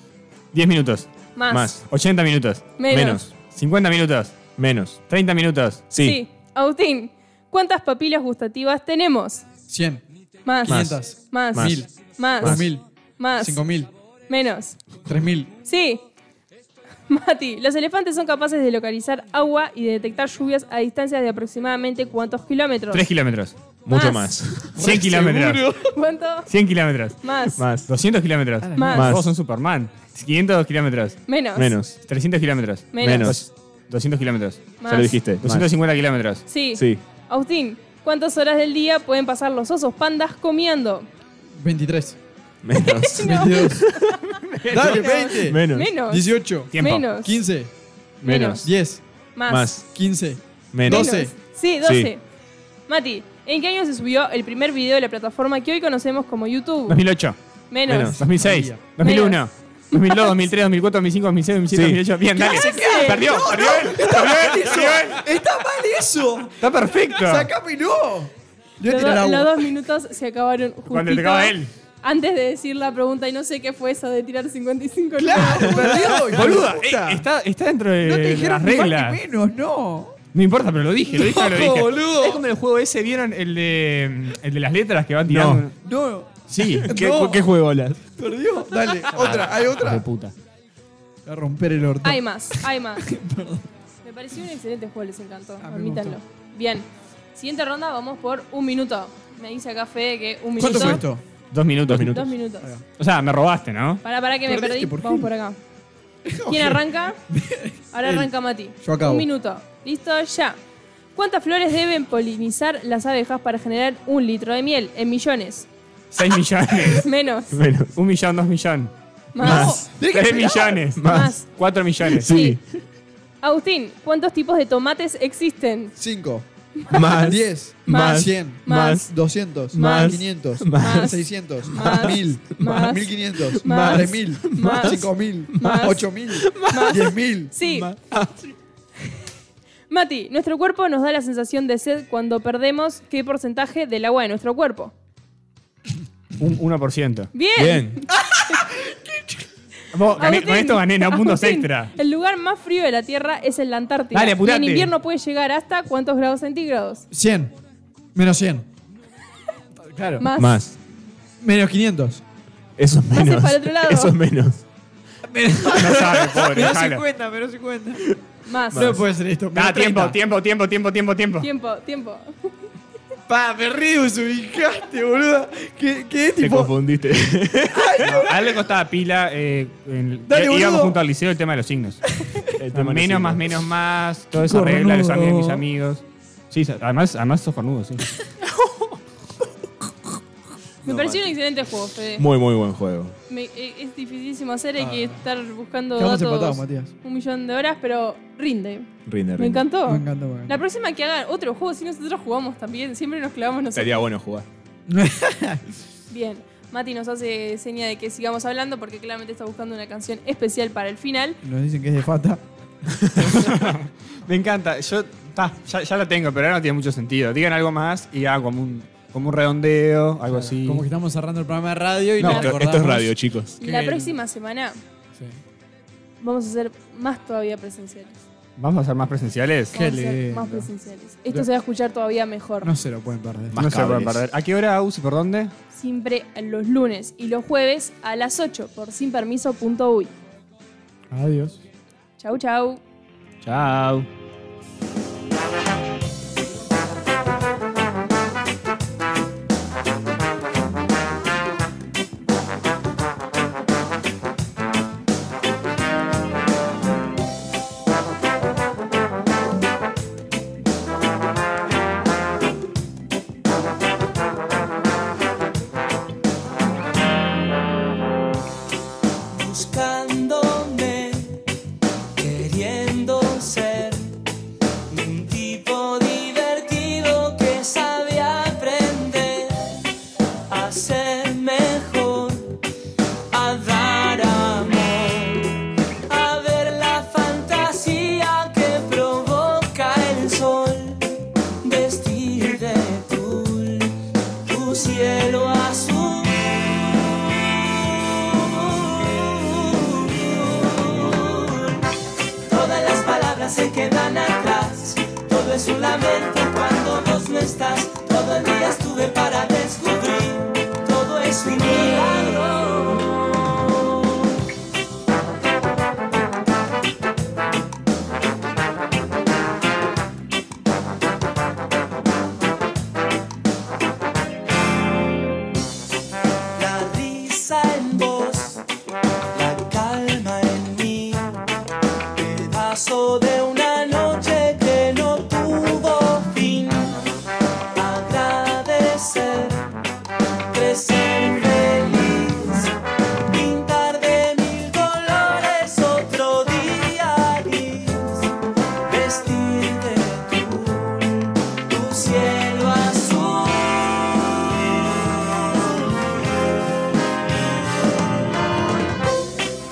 Speaker 5: Diez minutos.
Speaker 6: Más. Más.
Speaker 5: Ochenta minutos.
Speaker 6: Menos. Menos.
Speaker 5: Cincuenta minutos. Menos. Treinta minutos.
Speaker 6: Agustín, ¿cuántas papilas gustativas tenemos?
Speaker 4: 100,
Speaker 6: Más.
Speaker 4: 500,
Speaker 6: Más.
Speaker 4: 1000,
Speaker 6: Más.
Speaker 4: 2000,
Speaker 6: Más.
Speaker 4: 5000,
Speaker 6: Menos.
Speaker 4: 3000.
Speaker 6: Sí. Mati, los elefantes son capaces de localizar agua y de detectar lluvias a distancias de aproximadamente cuántos kilómetros.
Speaker 5: Tres kilómetros.
Speaker 6: Mucho
Speaker 5: Cien kilómetros.
Speaker 6: ¿Cuánto?
Speaker 5: Cien kilómetros.
Speaker 6: Más.
Speaker 5: Más. 200 kilómetros.
Speaker 4: Ah,
Speaker 6: la Más. mierda.
Speaker 5: Todos son Superman. 500 kilómetros.
Speaker 6: Menos.
Speaker 5: Menos. 300 kilómetros.
Speaker 6: Menos. Menos.
Speaker 5: Dos- 200 kilómetros.
Speaker 6: Más. Ya lo dijiste.
Speaker 5: 250 kilómetros.
Speaker 6: Sí. Agustín, ¿cuántas horas del día pueden pasar los osos pandas comiendo?
Speaker 4: 23.
Speaker 1: Menos.
Speaker 4: 22. Dale, 20.
Speaker 1: Menos.
Speaker 6: Menos.
Speaker 4: 18.
Speaker 6: Tiempo. Menos.
Speaker 4: 15.
Speaker 1: Menos.
Speaker 4: 10.
Speaker 6: Más. Más.
Speaker 4: 15.
Speaker 1: Menos.
Speaker 4: 12.
Speaker 6: Sí, 12.
Speaker 1: Sí.
Speaker 6: Mati, ¿en qué año se subió el primer video de la plataforma que hoy conocemos como YouTube?
Speaker 5: 2008.
Speaker 6: Menos.
Speaker 5: 2006.
Speaker 6: María.
Speaker 5: 2001.
Speaker 6: Menos.
Speaker 5: 2002, 2003, 2004, 2005, 2006, 2007, 2008. Bien, dale.
Speaker 6: hace?
Speaker 5: Perdió,
Speaker 6: No,
Speaker 5: perdió él.
Speaker 6: no, está
Speaker 5: perdió
Speaker 6: mal
Speaker 5: él,
Speaker 6: eso.
Speaker 5: perdió él.
Speaker 4: ¡Está mal eso!
Speaker 5: Está perfecto.
Speaker 4: ¡Sácame no! Yo
Speaker 6: Los,
Speaker 4: tiré el
Speaker 6: do-
Speaker 4: agua.
Speaker 6: los dos minutos se acabaron justito
Speaker 5: Cuando te acaba él.
Speaker 6: Antes de decir la pregunta, y no sé qué fue eso de tirar 55
Speaker 5: Boluda, eh, está, está dentro de
Speaker 4: No te
Speaker 5: las
Speaker 4: dijeron ni más
Speaker 5: reglas.
Speaker 4: ni menos, no.
Speaker 5: No importa, pero lo dije, lo dije,
Speaker 4: No,
Speaker 5: lo dije.
Speaker 4: boludo.
Speaker 5: Es como en el juego ese, ¿vieron el de, el de las letras que van tirando?
Speaker 4: No,
Speaker 5: Sí.
Speaker 4: ¿Qué- No. qué
Speaker 5: juego las?
Speaker 4: perdió. Dale, otra, hay otra.
Speaker 5: puta.
Speaker 4: Va A romper el orto.
Speaker 6: Hay más, hay más. Me pareció un excelente juego, les encantó.
Speaker 4: Ah, me
Speaker 6: Admítanlo. Bien. Siguiente ronda, vamos por un minuto. Me dice acá Fede que un minuto.
Speaker 5: ¿Cuánto fue esto? Dos minutos. Dos
Speaker 6: Dos minutos.
Speaker 5: O sea, me robaste, ¿no?
Speaker 6: Para, para que me
Speaker 5: Perdiste,
Speaker 6: perdí.
Speaker 5: ¿por
Speaker 6: Vamos por acá. ¿Quién arranca? Ahora
Speaker 5: Él.
Speaker 6: arranca Mati.
Speaker 5: Yo acabo.
Speaker 6: Un minuto. Listo, ya. ¿Cuántas flores deben polinizar las abejas para generar un litro de miel? En millones.
Speaker 5: Seis millones.
Speaker 6: Menos.
Speaker 5: Menos. Un millón, dos millones.
Speaker 6: Más.
Speaker 5: Tres millones.
Speaker 6: Más.
Speaker 5: Cuatro millones. Sí.
Speaker 6: Agustín, ¿cuántos tipos de tomates existen?
Speaker 4: 5.
Speaker 5: Más.
Speaker 4: 10.
Speaker 5: Más.
Speaker 4: 100.
Speaker 5: Más.
Speaker 4: 200.
Speaker 5: Más.
Speaker 4: 500.
Speaker 5: Más.
Speaker 4: 600.
Speaker 5: Más.
Speaker 4: 1000.
Speaker 5: Más.
Speaker 4: 1500.
Speaker 5: Más.
Speaker 4: 3000.
Speaker 5: Más.
Speaker 4: 5000.
Speaker 5: Más.
Speaker 4: 8000. 10000.
Speaker 6: Sí. Mati, nuestro cuerpo nos da la sensación de sed cuando perdemos qué porcentaje del agua de nuestro cuerpo.
Speaker 5: Un 1%.
Speaker 6: Bien.
Speaker 5: Vos, gané-
Speaker 6: Agustín,
Speaker 5: con esto gané, no puntos
Speaker 6: Agustín,
Speaker 5: extra.
Speaker 6: El lugar más frío de la Tierra es el de la Antártida.
Speaker 5: Dale,
Speaker 6: y
Speaker 5: apurate.
Speaker 6: en invierno puede llegar hasta cuántos grados centígrados.
Speaker 4: 100. Menos 100. Claro.
Speaker 6: Más.
Speaker 4: Menos 500.
Speaker 1: Eso es
Speaker 6: menos. para el otro lado. Eso es
Speaker 1: menos.
Speaker 5: No sabe, pobre.
Speaker 4: menos
Speaker 5: jala.
Speaker 4: 50, menos 50.
Speaker 6: Más.
Speaker 4: No puede ser esto.
Speaker 5: Da,
Speaker 4: menos
Speaker 5: tiempo,
Speaker 4: 30.
Speaker 5: tiempo, tiempo, tiempo, tiempo, tiempo.
Speaker 6: Tiempo, tiempo.
Speaker 4: Pa, me re desubicaste, boluda. Que, que es
Speaker 5: Te
Speaker 4: tipo.
Speaker 5: confundiste. a él le costaba pila. eh, en-
Speaker 4: Dale,
Speaker 5: eh, íbamos
Speaker 4: boludo.
Speaker 5: junto al liceo el tema de los signos.
Speaker 8: tema de los
Speaker 5: menos,
Speaker 8: signos.
Speaker 5: más, menos, más. Todo
Speaker 8: Qué
Speaker 5: eso regla, los
Speaker 8: cornudo.
Speaker 5: amigos, mis amigos. Sí, sa- además, además sos cornudo, sí.
Speaker 6: Me pareció un excelente juego, Fede.
Speaker 8: Muy, muy buen juego.
Speaker 6: Me- eh, es dificilísimo hacer, hay
Speaker 4: Ah.
Speaker 6: que estar buscando
Speaker 4: Quedamos
Speaker 6: datos
Speaker 4: empatados, Matías.
Speaker 6: un millón de horas, pero rinde.
Speaker 8: Rinde,
Speaker 6: Me encantó.
Speaker 4: Me encantó, me encantó.
Speaker 6: La próxima que hagan otro juego, si nosotros jugamos también, siempre nos clavamos nosotros.
Speaker 8: Estaría bueno jugar.
Speaker 6: Bien. Mati nos hace seña de que sigamos hablando porque claramente está buscando una canción especial para el final.
Speaker 4: Nos dicen que es de Fata.
Speaker 5: Me encanta. Yo ta, ya, ya la tengo, pero ahora no tiene mucho sentido. Digan algo más y hago como un, como un redondeo, algo así.
Speaker 4: Como que estamos cerrando el programa de radio y
Speaker 5: No,
Speaker 4: nos
Speaker 5: esto-
Speaker 4: acordamos.
Speaker 5: esto es radio, chicos.
Speaker 6: La próxima semana
Speaker 4: Sí.
Speaker 6: vamos a hacer más todavía presenciales.
Speaker 5: ¿Vamos a hacer más presenciales?
Speaker 6: Vamos a hacer más presenciales. Esto se va a escuchar todavía mejor.
Speaker 4: No se lo pueden perder.
Speaker 5: No se pueden perder. ¿A qué hora, Aus, y por dónde?
Speaker 6: Siempre los lunes y los jueves a las 8 por sinpermiso.uy.
Speaker 4: Adiós.
Speaker 6: Chau, chau.
Speaker 5: Chao.
Speaker 3: buscándome, queriendo ser un tipo divertido que sabe aprender a ser mejor, a dar amor, a ver la fantasía que provoca el sol, vestir de tul tu cielo azul. Todas las palabras se quedan atrás. Todo es un lamento cuando vos no estás. Todo el día estuve para descubrir. Todo es un milagro. La risa en vos, la calma en mí, pedazo de una noche que no tuvo fin. Agradecer, crecer feliz, pintar de mil colores otro día gris, vestir de tul, tu cielo azul.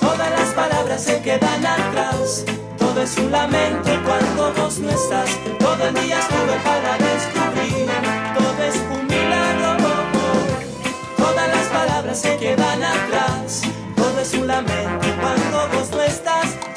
Speaker 3: Todas las palabras se quedan atrás. Todo es un lamento cuando vos no estás. Todo el día estuve para descubrir. Todo es un milagro. Todas las palabras se quedan atrás. Todo es un lamento cuando vos no estás.